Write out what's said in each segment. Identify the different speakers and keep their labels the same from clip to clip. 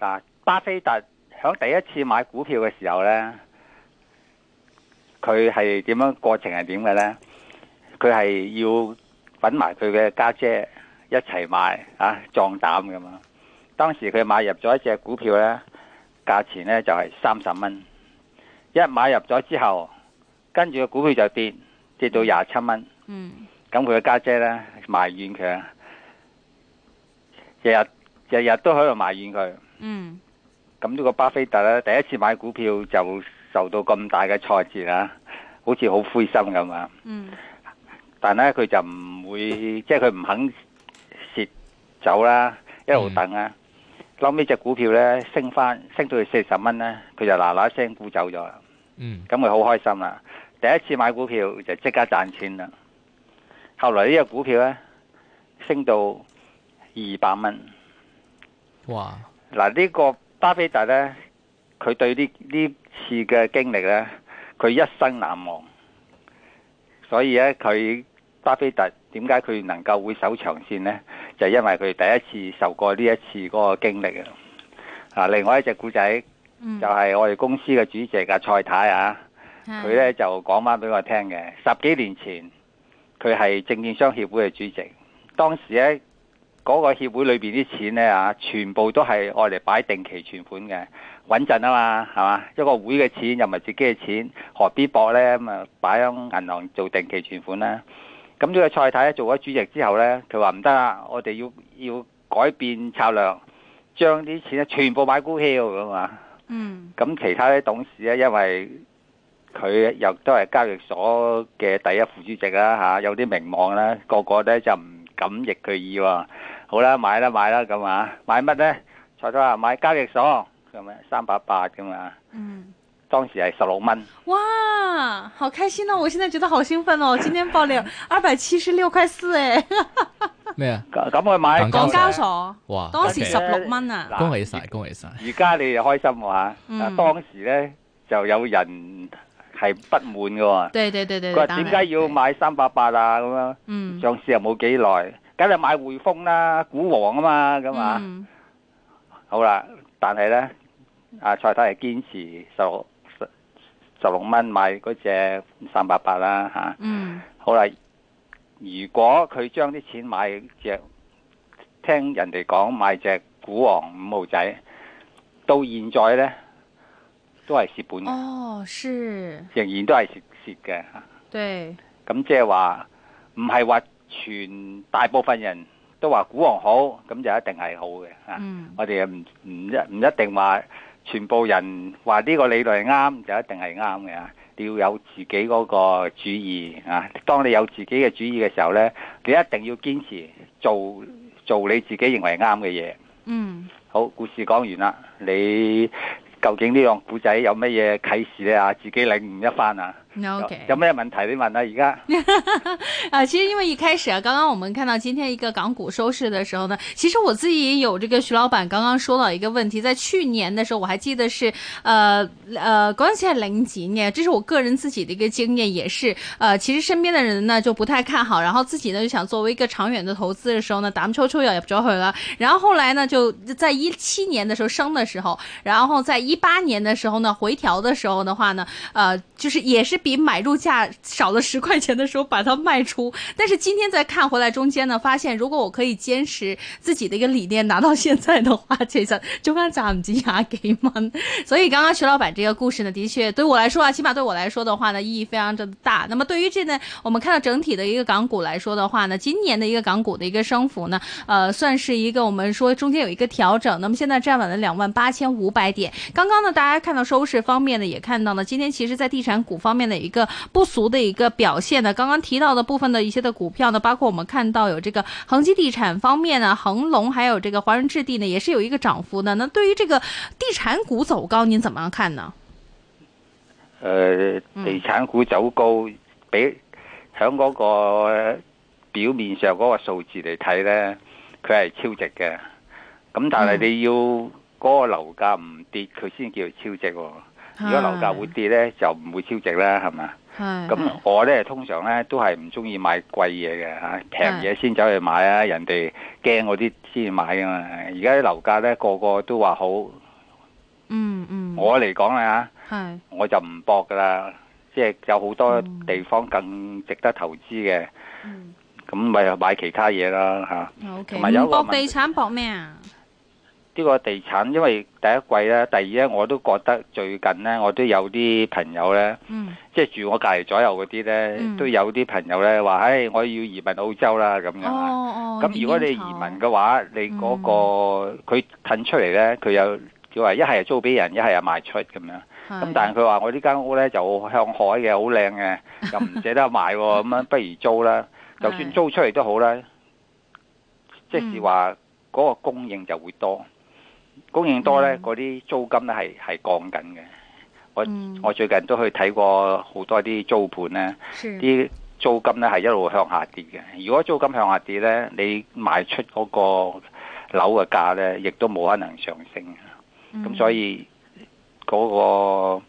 Speaker 1: 嗱，巴菲特響第一次買股票嘅時候咧，佢係點樣過程係點嘅咧？佢係要揾埋佢嘅家姐一齊買啊，壯膽咁啊！當時佢買入咗一隻股票咧，價錢咧就係三十蚊。一買入咗之後，跟住個股票就跌，跌到廿七蚊。
Speaker 2: 嗯，
Speaker 1: 咁佢嘅家姐咧埋怨佢啊，日日日日都喺度埋怨佢。
Speaker 2: 嗯，
Speaker 1: 咁呢個巴菲特咧，第一次買股票就受到咁大嘅挫折啊，好似好灰心咁啊！
Speaker 2: 嗯，
Speaker 1: 但咧佢就唔會，即係佢唔肯蝕走啦，一路等啊。後尾只股票咧升翻，升到去四十蚊咧，佢就嗱嗱聲沽走咗啦。
Speaker 3: 嗯
Speaker 1: 咁佢好開心啦！第一次買股票就即刻賺錢啦。後來呢只股票咧升到二百蚊。
Speaker 3: 哇，
Speaker 1: 嗱，呢個巴菲特咧，佢對呢呢次嘅經歷咧，佢一生難忘。所以咧，佢巴菲特點解佢能夠會守長線咧？就因為佢第一次受過呢一次嗰個經歷啊！啊，另外一隻故仔
Speaker 2: 嗯，
Speaker 1: 就係我哋公司嘅主席啊蔡太啊。
Speaker 2: 係
Speaker 1: 佢咧，就講翻俾我聽嘅，十幾年前佢係證券商協會嘅主席，當時咧嗰、個協會裏邊啲錢咧啊，全部都係愛嚟擺定期存款嘅，穩陣啊嘛，係嘛？一個會嘅錢又唔係自己嘅錢，何必搏咧？咁啊，擺喺銀行做定期存款啦。咁呢個蔡太咧做咗主席之後咧，佢話唔得啦，我哋要要改變策略，將啲錢咧全部買股票咁啊。
Speaker 2: 嗯，
Speaker 1: 咁其他啲董事咧，因為佢又都係交易所嘅第一副主席啦嚇、有啲名望啦，個個咧就唔敢逆佢意喎。好啦，買啦買啦咁啊，買乜咧？蔡咗話買交易所咁啊，三百八咁嘛，
Speaker 2: 嗯，
Speaker 1: 當時係十六蚊。
Speaker 2: 哇，好開心哦！我現在覺得好興奮哦！今天爆料二百七十六塊四，哎，
Speaker 3: 咩啊？
Speaker 1: 咁咁佢買
Speaker 3: 交
Speaker 2: 港
Speaker 3: 所
Speaker 2: 交所
Speaker 3: 哇，
Speaker 2: 當時
Speaker 1: ，OK
Speaker 2: 十六蚊啊，
Speaker 1: 嗱
Speaker 3: 恭喜晒，恭喜晒，
Speaker 1: 而家你就開心喎嚇。啊
Speaker 2: 嗯
Speaker 1: 當時咧就有人係不滿嘅喎，
Speaker 2: 對對對對，
Speaker 1: 佢話
Speaker 2: 當然
Speaker 1: 點解要？買三百八啊咁樣？
Speaker 2: 嗯，
Speaker 1: 上市又冇幾耐，梗係買匯豐啦、股王啊嘛，咁啊，
Speaker 2: 嗯
Speaker 1: 好啦，但係咧，阿蔡太係堅持十六十十六蚊買嗰只三八八啦嚇，
Speaker 2: 嗯
Speaker 1: 好啦，如果佢將啲錢買只，聽人哋講買只股王五號仔，到現在咧都係蝕本嘅，
Speaker 2: 哦，是，
Speaker 1: 仍然都係蝕蝕嘅。
Speaker 2: 對，
Speaker 1: 咁即係話唔係話全大部分人都話股王好，咁就一定係好嘅啊！
Speaker 2: 嗯
Speaker 1: 我哋唔唔一唔一定話全部人話呢個理論係啱就一定係啱嘅啊！你要有自己嗰個主意啊！當你有自己嘅主意嘅時候呢，你一定要堅持做做你自己認為啱嘅嘢。
Speaker 2: 嗯
Speaker 1: 好，故事講完啦，你究竟呢樣古仔有乜嘢啟示呢？啊？自己領悟一番啊！有
Speaker 2: 嗯，OK。
Speaker 1: 有咩問題你問啦，而家。
Speaker 2: 啊，其實因為一開始啊，剛剛我們看到今天一個港股收市的時候呢，其實我自己有這個徐老闆剛剛說到一個問題，在去年的時候，我還記得是，呃呃，嗰陣時係零幾年，這是我個人自己的一個經驗，也是，呃，其實身邊的人呢就不太看好，然後自己呢就想作為一個長遠的投資的時候呢，膽粗粗又入咗去啦，然後後來呢就在一七年的時候升的時候，然後在一八年的時候呢回調的时候的话呢，呃，就是也是比买入价少了十块钱的时候把它卖出，但是今天再看回来中间呢，发现如果我可以坚持自己的一个理念拿到现在的话，其实中间赚唔止廿几蚊。所以刚刚徐老板这个故事呢，的确对我来说啊，起码对我来说的话呢，意义非常的大。那么对于这呢，我们看到整体的一个港股来说的话呢，今年的一个港股的一个升幅呢，呃，算是一个我们说中间有一个调整，那么现在站稳了两万八千五百点。刚刚呢，大家看到收市方面呢，也看到呢，今天其实在地产股方面的一个不俗的一个表现呢，刚刚提到的部分的一些的股票呢，包括我们看到有这个恒基地产方面呢，恒隆还有这个华润置地呢，也是有一个涨幅的。那对于这个地产股走高，您怎么样看呢？
Speaker 1: 誒、地產股走高，比喺嗰個表面上嗰個數字嚟睇呢，佢係超值嘅。咁但係你要嗰個樓
Speaker 2: 啊
Speaker 1: 價唔跌，佢先叫做超值喎、如果樓價會跌呢，就唔會超值啦，係嘛？
Speaker 2: 係
Speaker 1: 咁我咧通常咧都係唔中意買貴嘢嘅嚇，平嘢先走去買啊！人哋驚嗰啲先買噶嘛。而家啲樓價咧個個都話好，
Speaker 2: 嗯嗯，
Speaker 1: 我嚟講啦
Speaker 2: 係
Speaker 1: 嚇，我就唔搏噶啦。即係有好多
Speaker 2: 嗯
Speaker 1: 地方更值得投資嘅，
Speaker 2: 嗯
Speaker 1: 咁咪買其他嘢啦嚇。
Speaker 2: O K，
Speaker 1: 同埋有一個
Speaker 2: 唔搏
Speaker 1: 問
Speaker 2: 地
Speaker 1: 題
Speaker 2: 產搏咩啊？
Speaker 1: 呢個地產因為第一季咧，第二咧我都覺得最近咧我都有啲朋友咧。
Speaker 2: 嗯
Speaker 1: 即係住我隔離左右嗰啲呢，
Speaker 2: 嗯
Speaker 1: 都有啲朋友呢話：，唉，我要移民澳洲啦咁樣
Speaker 2: 哦
Speaker 1: 啊。
Speaker 2: 哦，
Speaker 1: 咁、如果你移
Speaker 2: 煙
Speaker 1: 民
Speaker 2: 頭
Speaker 1: 嘅話，你嗰、
Speaker 2: 嗯
Speaker 1: 個佢褪出嚟呢，佢有佢話一係租俾人，一係又賣出咁樣。咁
Speaker 2: 係
Speaker 1: 但係佢話：我呢間屋呢就向海嘅，好靚 嘅，又唔捨得賣喎，咁樣不如租啦。就算
Speaker 2: 係
Speaker 1: 租出嚟都好啦，即
Speaker 2: 嗯
Speaker 1: 是話嗰個供應就會多，供應多呢，
Speaker 2: 嗯
Speaker 1: 嗰啲租金呢係係降緊嘅。我
Speaker 2: 嗯
Speaker 1: 我最近都去睇過好多啲租盤呢。
Speaker 2: 是
Speaker 1: 啲租金咧係一路向下跌嘅。如果租金向下跌咧，你賣出嗰個樓嘅價咧，亦都冇可能上升。咁、
Speaker 2: 咁
Speaker 1: 所以嗰、個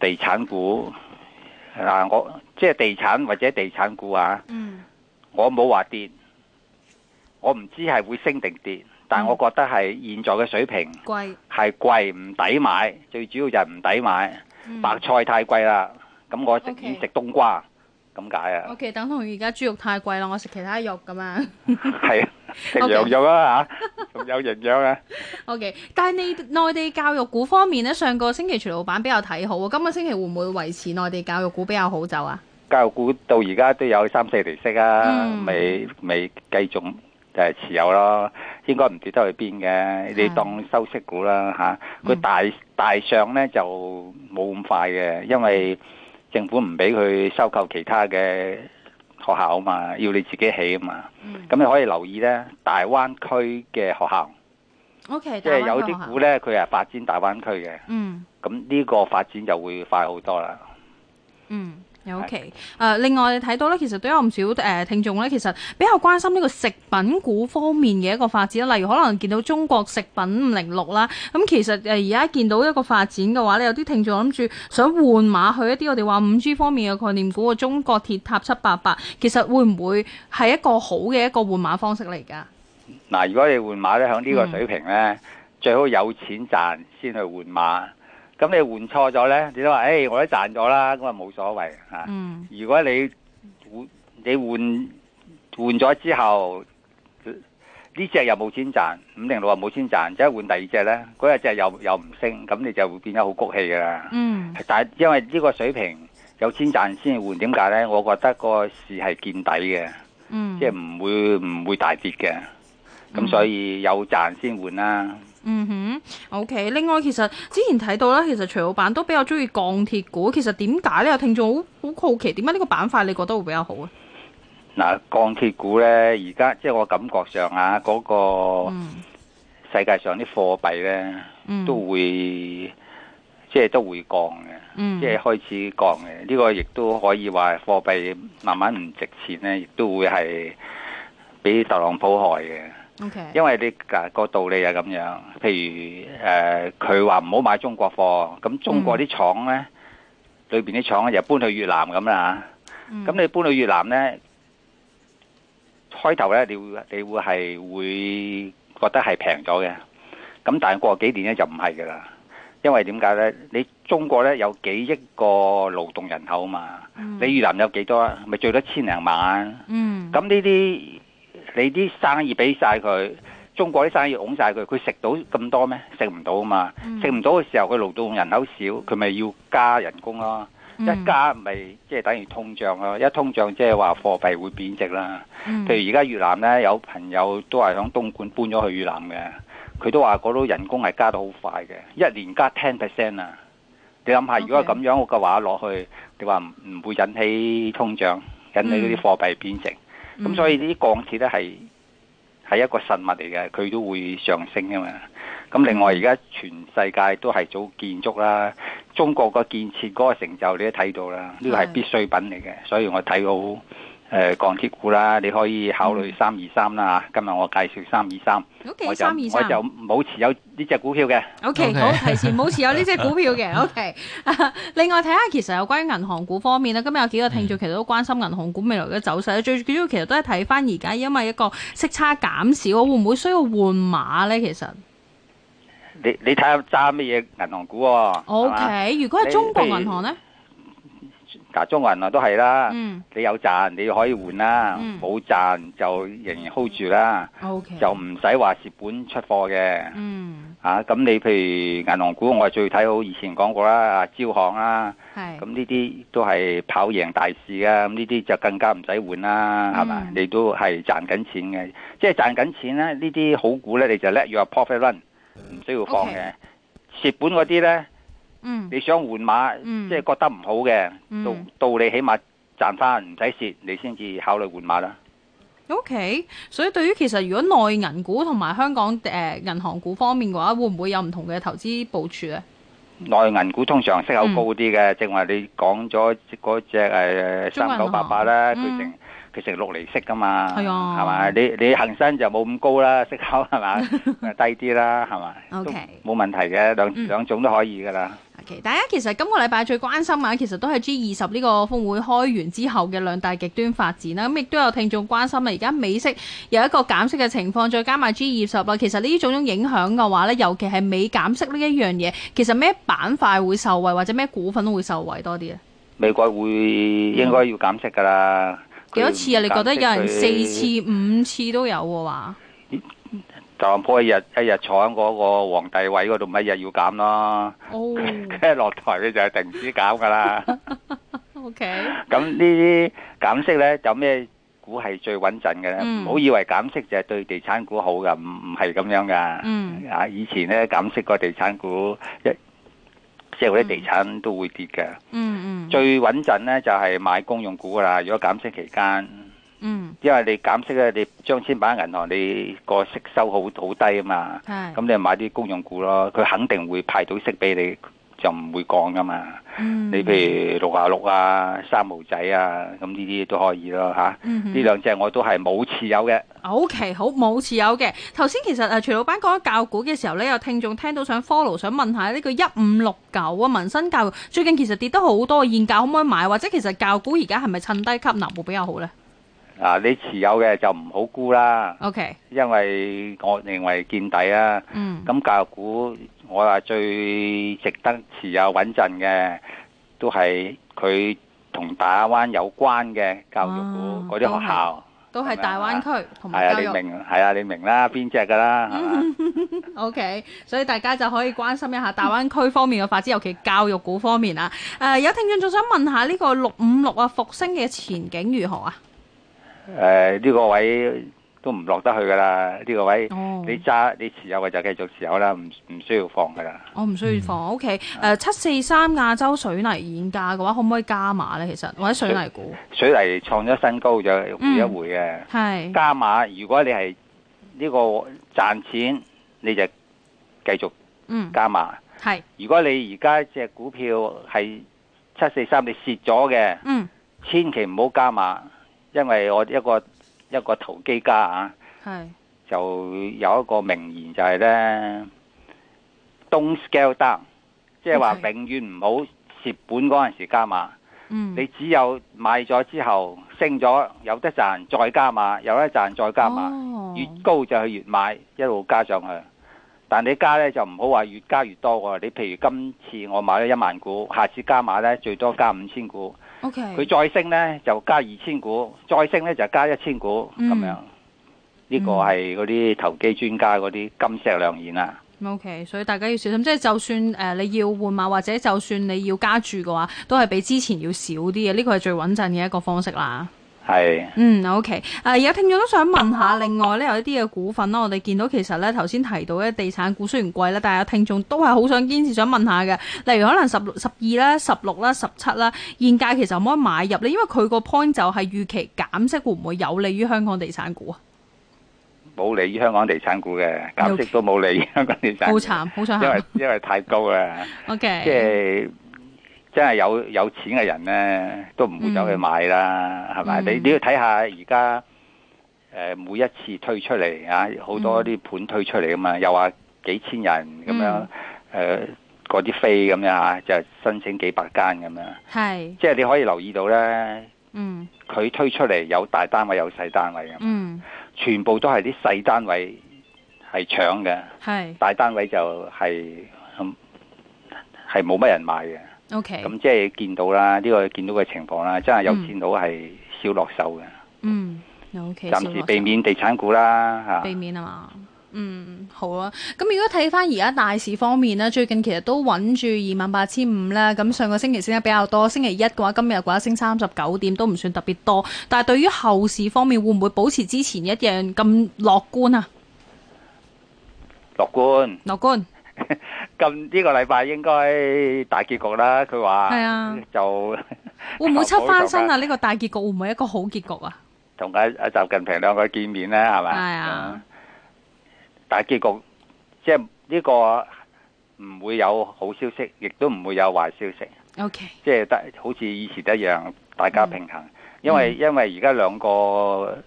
Speaker 1: 地產股嗱、我即係地產或者地產股啊，
Speaker 2: 嗯
Speaker 1: 我冇話跌，我唔知係會升定跌，但
Speaker 2: 嗯
Speaker 1: 我覺得係現在嘅水平
Speaker 2: 貴
Speaker 1: 係貴唔抵買，最主要就係唔抵買。
Speaker 2: 嗯
Speaker 1: 白菜太貴啦，咁我寧願
Speaker 2: OK
Speaker 1: 食冬瓜咁解啊。
Speaker 2: O K，等同而家豬肉太貴啦，我食其他肉咁樣。
Speaker 1: 系啊，食
Speaker 2: OK
Speaker 1: 羊肉啊吓，仲有營養啊。
Speaker 2: O K，但係你內地教育股方面咧，上個星期徐老闆比較睇好喎，今個星期會唔會維持內地教育股比較好走啊？
Speaker 1: 教育股到而家都有三四厘息啊
Speaker 2: 嗯，
Speaker 1: 未未繼續誒持有咯，應該唔跌得去邊嘅。你
Speaker 2: 係
Speaker 1: 當收息股啦吓，佢
Speaker 2: 嗯
Speaker 1: 大大上咧就冇咁快嘅，因為政府唔俾佢收購其他嘅學校啊嘛，要你自己起啊嘛。
Speaker 2: 嗯
Speaker 1: 咁你可以留意咧，大灣區嘅學校，
Speaker 2: ，O K，
Speaker 1: 即係有啲股咧，佢係發展大灣區嘅，
Speaker 2: 嗯。
Speaker 1: 咁呢個發展就會快好多啦。
Speaker 2: 嗯，OK。誒、另外睇到咧，其實都有唔少誒、呃、聽眾咧，其實比較關心呢個食品股方面嘅一個發展，例如可能見到中國食品五零六啦，咁、其實呃誒而家見到一個發展嘅話咧，有啲聽眾諗住想換馬去一啲我哋話五 G 方面嘅概念股，中國鐵塔七八八，其實會唔會係一個好嘅一個換馬方式嚟㗎？
Speaker 1: 嗱，如果你換馬咧，響呢個
Speaker 2: 嗯
Speaker 1: 水平咧，最好有錢賺先去換馬。咁你換錯咗咧，你都話：，誒、哎我都賺咗啦，咁啊冇所謂嚇。啊
Speaker 2: 嗯
Speaker 1: 如果你換你換換咗之後，呢只又冇錢賺，五零六又冇錢賺，即係換第二隻咧，嗰一隻又又唔升，咁你就會變得好谷氣噶啦。
Speaker 2: 嗯
Speaker 1: 但係因為呢個水平有錢賺先換，點解咧？我覺得個市係見底嘅。
Speaker 2: 嗯，
Speaker 1: 即係唔會唔會大跌嘅。
Speaker 2: 嗯
Speaker 1: 咁所以有賺先換啦。
Speaker 2: 嗯哼，OK。另外，其實之前睇到啦，其實徐老闆都比較中意鋼鐵股。其實點解呢？有聽眾好好好奇，點解呢個板塊你覺得會比較好啊？
Speaker 1: 嗱，鋼鐵股呢，而家即係我感覺上啊，嗰、個
Speaker 2: 嗯
Speaker 1: 世界上啲貨幣呢，
Speaker 2: 嗯，
Speaker 1: 都會即係都會降嘅，
Speaker 2: 嗯
Speaker 1: 即係開始降嘅。呢、個亦都可以話貨幣慢慢唔值錢呢，亦都會係俾特朗普害嘅。
Speaker 2: OK，
Speaker 1: 因為你嗱個道理係咁樣，譬如誒佢話唔好買中國貨，咁中國啲廠咧，裏邊啲廠咧就搬去越南咁啦。
Speaker 2: 嗯
Speaker 1: 咁你搬去越南咧，開頭咧你會你會係會覺得係平咗嘅，咁但係過幾年咧就唔係噶啦，因為點解咧？你中國咧有幾億個勞動人口嘛，你越南有幾多啊？咪最多千零萬。
Speaker 2: 嗯
Speaker 1: 咁呢啲你啲生意俾晒佢，中國啲生意拱晒佢，佢食到咁多咩？食唔到啊嘛，
Speaker 2: 嗯
Speaker 1: 食唔到嘅時候，佢勞動人口少，佢咪要加人工咯。
Speaker 2: 嗯
Speaker 1: 一加咪即係等於通脹咯，一通脹即係話貨幣會貶值啦。
Speaker 2: 嗯
Speaker 1: 譬如而家越南呢，有朋友都係響東莞搬咗去越南嘅，佢都話嗰度人工係加得好快嘅，一年加 ten percent 啊！你諗下，如果係
Speaker 2: OK
Speaker 1: 咁樣嘅話落去，你話唔唔會引起通脹，引起嗰啲貨幣貶值？
Speaker 2: 嗯
Speaker 1: 咁、所以呢啲鋼鐵咧係係一個神物嚟嘅，佢都會上升噶嘛。咁另外而家全世界都係做建築啦，中國個建設嗰個成就你都睇到啦，呢個係
Speaker 2: 係
Speaker 1: 必需品嚟嘅，所以我睇好誒、誒鋼鐵股啦，你可以考
Speaker 2: 嗯
Speaker 1: 慮三二三啦嚇。今日我介紹三二三，我
Speaker 2: OK，
Speaker 1: 就
Speaker 2: 三二
Speaker 1: 我
Speaker 2: 三
Speaker 1: 就冇持有呢只股票嘅。
Speaker 2: ，OK，
Speaker 3: OK
Speaker 2: 好提前冇持有呢只股票 嘅，OK。另外睇下其實有關於銀行股方面咧，今日有幾個聽
Speaker 1: 嗯
Speaker 2: 眾其實都關心銀行股未來嘅走勢，最主要其實都係睇翻而家因為一個息差減少，會唔會需要換馬咧？其實
Speaker 1: 你你睇下揸乜嘢銀行股喎係嘛
Speaker 2: ，OK，如果係中國
Speaker 1: 你啊
Speaker 2: 銀行咧，
Speaker 1: 嗱，中國銀行都係啦。
Speaker 2: 嗯
Speaker 1: 你有賺你可以換啦
Speaker 2: 嗯，
Speaker 1: 冇賺就仍然 hold 住啦，
Speaker 2: ，OK，
Speaker 1: 就唔使話蝕本出貨嘅。
Speaker 2: 嗯
Speaker 1: 啊，咁你譬如銀行股，我係最睇好，以前講過啦，啊招行啦，
Speaker 2: 係
Speaker 1: 咁。呢啲都係跑贏大市啊，咁呢啲就更加唔使換啦，係嘛
Speaker 2: 嗯？
Speaker 1: 你都係賺緊錢嘅，即係賺緊錢咧，呢啲好股咧，你就 let your profit run，唔需要放嘅。蝕本嗰啲咧，
Speaker 2: 嗯
Speaker 1: 你想換馬，
Speaker 2: 嗯
Speaker 1: 即係覺得唔好嘅，
Speaker 2: 嗯
Speaker 1: 到到你起碼賺翻唔使蝕，你先至考慮換馬啦。
Speaker 2: ，OK，所以對於其實如果內銀股同埋香港誒、呃、銀行股方面嘅話，會唔會有唔同嘅投資部署咧？
Speaker 1: 內銀股通常息口
Speaker 2: 嗯
Speaker 1: 高啲嘅，正話你講咗嗰只誒
Speaker 2: 中
Speaker 1: 三
Speaker 2: 銀行
Speaker 1: 九八八啦，
Speaker 2: 嗯
Speaker 1: 佢成佢成六厘息噶嘛，
Speaker 2: 係啊
Speaker 1: 係嘛？你你恒生就冇咁高啦， 息口係嘛 低啲啦，係嘛
Speaker 2: OK
Speaker 1: 都冇問題嘅，兩
Speaker 2: 嗯
Speaker 1: 兩種都可以噶啦。
Speaker 2: OK，大家其實今個禮拜最關心啊，其實都係 G 二十呢個峰會開完之後嘅兩大極端發展啦。咁亦都有聽眾關心啦，而家美息有一個減息嘅情況，再加埋 G 二十啦，其實呢啲種種影響嘅話呢，尤其係美減息呢一樣嘢，其實咩板塊會受惠，或者咩股份會受惠多啲啊？
Speaker 1: 美國會應該要減息噶啦。
Speaker 2: 幾多次啊？你覺得有人四
Speaker 1: 佢
Speaker 2: 次、五次都有嘅話？
Speaker 1: 特朗普一日一日坐喺嗰個皇帝位嗰度，咪一日要減咯。
Speaker 2: 哦
Speaker 1: 佢一落台佢就係定時減噶啦。
Speaker 2: ，OK，
Speaker 1: 咁呢啲減息咧，有咩股係最穩陣嘅咧？
Speaker 2: 嗯
Speaker 1: 唔好、以為減息就係對地產股好噶，唔唔係咁樣噶。
Speaker 2: 嗯
Speaker 1: 啊，以前咧減息個地產股一即係嗰啲地產都會跌嘅。
Speaker 2: 嗯嗯
Speaker 1: 最穩陣咧就係、買公用股噶啦。如果減息期間，
Speaker 2: 嗯，
Speaker 1: 因為你減息咧，你將錢擺喺銀行，你個息收好好低啊嘛。
Speaker 2: 係，
Speaker 1: 咁你買啲公用股咯，佢肯定會派到息俾你，就唔會降噶嘛。
Speaker 2: 嗯
Speaker 1: 你譬如六啊六啊、三毛仔啊，咁呢啲都可以咯吓。
Speaker 2: 嗯哼
Speaker 1: 呢兩隻我都係冇持有嘅，
Speaker 2: O、k 好冇持有嘅。頭先其實誒徐老闆講教股嘅時候咧，有聽眾聽到想 follow，想問下呢個一五六九啊，民生教育最近其實跌得好多，現價可唔可以買？或者其實教股而家係咪趁低吸納會比較好呢
Speaker 1: 啊你持有嘅就唔好沽啦，
Speaker 2: o k
Speaker 1: 因為我認為見底啊。
Speaker 2: 嗯，
Speaker 1: 咁教育股我話最值得持有穩陣嘅，都係佢同大灣有關嘅教育
Speaker 2: 哦
Speaker 1: 股嗰啲
Speaker 2: 都係
Speaker 1: 學校，
Speaker 2: 都係大灣區同
Speaker 1: 係
Speaker 2: 埋呃
Speaker 1: 啊
Speaker 2: 教
Speaker 1: 你
Speaker 2: 育。
Speaker 1: 明係啊你明啦邊只㗎啦， 係嘛？
Speaker 2: O、k 所嗯以大家就可以關心一下大灣區方面嘅發展，尤其教育股方面啊。誒、有聽眾仲想問下呢個六五六啊復星嘅前景如何啊？
Speaker 1: 誒呢、個位都唔落得去噶啦，呢、個位
Speaker 2: 哦
Speaker 1: 你揸你持有嘅就繼續持有啦，唔唔需要放噶啦。
Speaker 2: 我唔需要放。O
Speaker 1: 嗯
Speaker 2: K，誒七四三亞洲水泥現價嘅話，可唔可以加碼呢？其實或者水泥股
Speaker 1: 水泥創咗新高就回一回嘅，
Speaker 2: 係
Speaker 1: 加碼如果你係呢個賺錢，你就繼續
Speaker 2: 嗯
Speaker 1: 加碼。
Speaker 2: 係
Speaker 1: 如果你而家只股票係七四三你蝕咗嘅，
Speaker 2: 嗯
Speaker 1: 千祈唔好加碼，因為我一個一個投機家啊。
Speaker 2: 係
Speaker 1: 就有一個名言就係呢 d o n t scale down，即係話
Speaker 2: Okay
Speaker 1: 永遠唔好蝕本嗰陣時加碼。
Speaker 2: 嗯
Speaker 1: 你只有買咗之後升咗有得賺再加碼，有得賺再加碼，
Speaker 2: 哦
Speaker 1: 越高就去越買，一路加上去。但你加呢就唔好話越加越多喎。你譬如今次我買咗一萬股，下次加碼呢最多加五千股，
Speaker 2: O K
Speaker 1: 佢再升呢就加二千股，再升呢就加一千股咁
Speaker 2: 嗯
Speaker 1: 樣。呢個係嗰啲投機專家嗰啲金石良言啊啦。
Speaker 2: O K，所以大家要小心，即係就算誒、呃你要換馬或者就算你要加注嘅話，都係比之前要少啲嘅，呢個係最穩陣嘅一個方式啦。
Speaker 1: 係
Speaker 2: 嗯，OK，誒、有聽眾都想問
Speaker 1: 啊
Speaker 2: 下，另外咧有一啲嘅股份啦，我哋見到其實咧頭先提到嘅地產股雖然貴啦，但係有聽眾都係好想堅持想問下嘅，例如可能十六、十二啦、十六啦、十七啦，現價其實可唔可以買入呢？因為佢個 point 就係預期減息會唔會有利於香港地產股啊？
Speaker 1: 冇理香港地產股嘅，減
Speaker 2: OK
Speaker 1: 息都冇理香港地產
Speaker 2: 好
Speaker 1: 股，
Speaker 2: 慘，好想
Speaker 1: 因
Speaker 2: 喊啊
Speaker 1: 為因為太高啦。
Speaker 2: ，OK，
Speaker 1: 即係真係有有錢嘅人咧，都唔會走去買啦，係咪、
Speaker 2: 嗯
Speaker 1: 你你要睇下而家誒每一次推出嚟啊，好多
Speaker 2: 嗯
Speaker 1: 啲盤推出嚟噶嘛，又話幾千人咁樣誒嗰啲飛咁樣啊，就申請幾百間咁樣，
Speaker 2: 係，
Speaker 1: 即係你可以留意到咧，
Speaker 2: 嗯
Speaker 1: 佢推出嚟有大單位有細單位咁，
Speaker 2: 嗯，
Speaker 1: 全部都係啲細單位係搶嘅，
Speaker 2: 係
Speaker 1: 大單位就係、嗯係冇乜人買嘅。
Speaker 2: ，OK，
Speaker 1: 咁即係見到啦，呢、個見到嘅情況啦，真係有錢佬係少落手嘅，
Speaker 2: 嗯，OK，
Speaker 1: 暫
Speaker 2: 小
Speaker 1: 時
Speaker 2: 羅
Speaker 1: 避
Speaker 2: 生
Speaker 1: 免地產股啦嚇。
Speaker 2: 避免啊嘛。嗯，好啊。咁如果睇翻而家大市方面呢，最近其實都穩住二萬八千五啦。咁上個星期升得比較多，星期一嘅話，今日嘅話升三十九點，都唔算特別多。但係對於後市方面，會唔會保持之前一樣咁樂觀啊？
Speaker 1: 樂觀，
Speaker 2: 樂觀
Speaker 1: 咁呢個禮拜應該大結局啦。佢話
Speaker 2: 係啊
Speaker 1: 就
Speaker 2: 會唔會七翻身啊？呢個大結局會唔會一個好結局啊？
Speaker 1: 同阿阿習近平兩個見面啦，係咪？
Speaker 2: 係啊，
Speaker 1: 大結局即係呢個唔會有好消息，亦都唔會有壞消息。
Speaker 2: OK，
Speaker 1: 即係得好似以前一樣，大
Speaker 2: 嗯
Speaker 1: 家平衡。因為因為而家兩個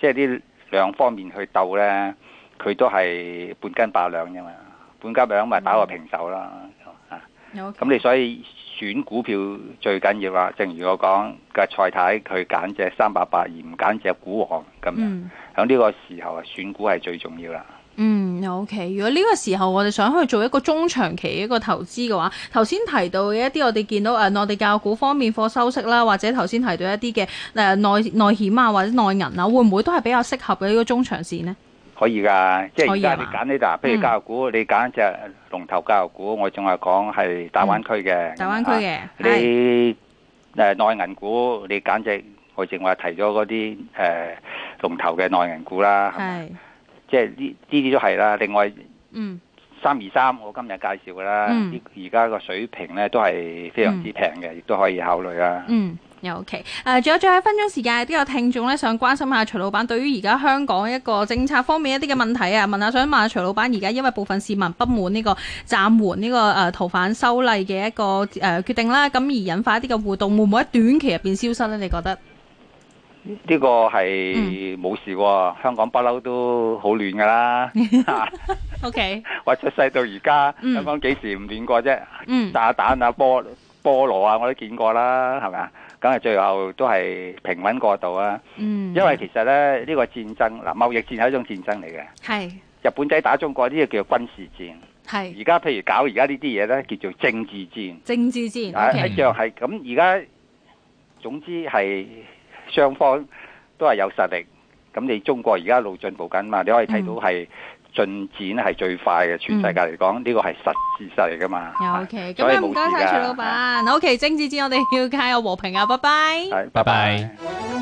Speaker 1: 即係呢兩方面去鬥呢，佢都係半斤八兩啫嘛，半斤八兩咪打個平手啦。啊
Speaker 2: 有
Speaker 1: 咁你所以選股票最緊要啦，正如我講嘅蔡太，佢揀只三百八而唔揀只股王咁樣。
Speaker 2: 嗯。
Speaker 1: 喺呢個時候啊，選股係最重要啦。
Speaker 2: 嗯，OK。如果呢個時候我哋想去做一個中長期嘅一個投資嘅話，頭先提到嘅一啲我哋見到誒內地教育股方面貨收息啦，或者頭先提到一啲嘅誒內內險啊或者內銀啊，會唔會都係比較適合嘅呢個中長線呢？
Speaker 1: 可以㗎，即係
Speaker 2: 可
Speaker 1: 而
Speaker 2: 以啊
Speaker 1: 家你揀呢度，譬
Speaker 2: 嗯
Speaker 1: 如教育股，你揀只龍頭教育股，我仲係講係大灣區嘅。
Speaker 2: 嗯大灣區
Speaker 1: 啊。
Speaker 2: 嘅係
Speaker 1: 你呃誒內銀股，你簡直我正話提咗嗰啲誒龍頭嘅內銀股啦，係咪
Speaker 2: 係
Speaker 1: 即係呢呢啲都係啦。另外
Speaker 2: 嗯
Speaker 1: 三二三，我今日介紹㗎啦，
Speaker 2: 嗯
Speaker 1: 呢而家個水平咧都係非常之平嘅，亦都可以考慮啊啦。
Speaker 2: 嗯。OK，誒，仲有最後一分鐘時間，都有聽眾咧想關心下徐老闆對於而家香港一個政策方面一啲嘅問題啊，問下想問下徐老闆而家因為部分市民不滿呢個暫緩呢個誒逃犯修例嘅一個誒、呃、決定啦，咁而引發一啲嘅互動，會唔會喺短期入邊消失呢？你覺得？嗯
Speaker 1: 呢個係冇事喎，香港不嬲都好亂㗎啦。
Speaker 2: O K，
Speaker 1: 我出世到而家，
Speaker 2: 嗯
Speaker 1: 香港幾時唔亂過啫？
Speaker 2: 嗯
Speaker 1: 炸彈啊、菠菠蘿啊，我都見過啦，係咪啊？梗係最後都係平穩過渡啊！
Speaker 2: 嗯，
Speaker 1: 因為其實咧，呢、呢個戰爭嗱，貿易戰係一種戰爭嚟嘅。
Speaker 2: 係
Speaker 1: 日本仔打中國呢個叫軍事戰，
Speaker 2: 係
Speaker 1: 而家譬如搞而家呢啲嘢咧，叫做政治戰，
Speaker 2: 政治戰
Speaker 1: 啊
Speaker 2: O
Speaker 1: 一
Speaker 2: K，
Speaker 1: 樣係咁。而家總之係雙方都係有實力。咁你中國而家一路進步緊嘛，你可以睇到係進展係最快嘅，全世界嚟講呢個係實事實嚟噶嘛。
Speaker 2: O K，咁
Speaker 1: 所以
Speaker 2: 啊
Speaker 1: 冇
Speaker 2: 唔該晒
Speaker 1: 事㗎
Speaker 2: 徐老闆。O、k 政治戰我哋要加油和平啊，拜拜。
Speaker 1: 係，拜
Speaker 3: 拜拜
Speaker 1: 拜。
Speaker 2: 拜拜。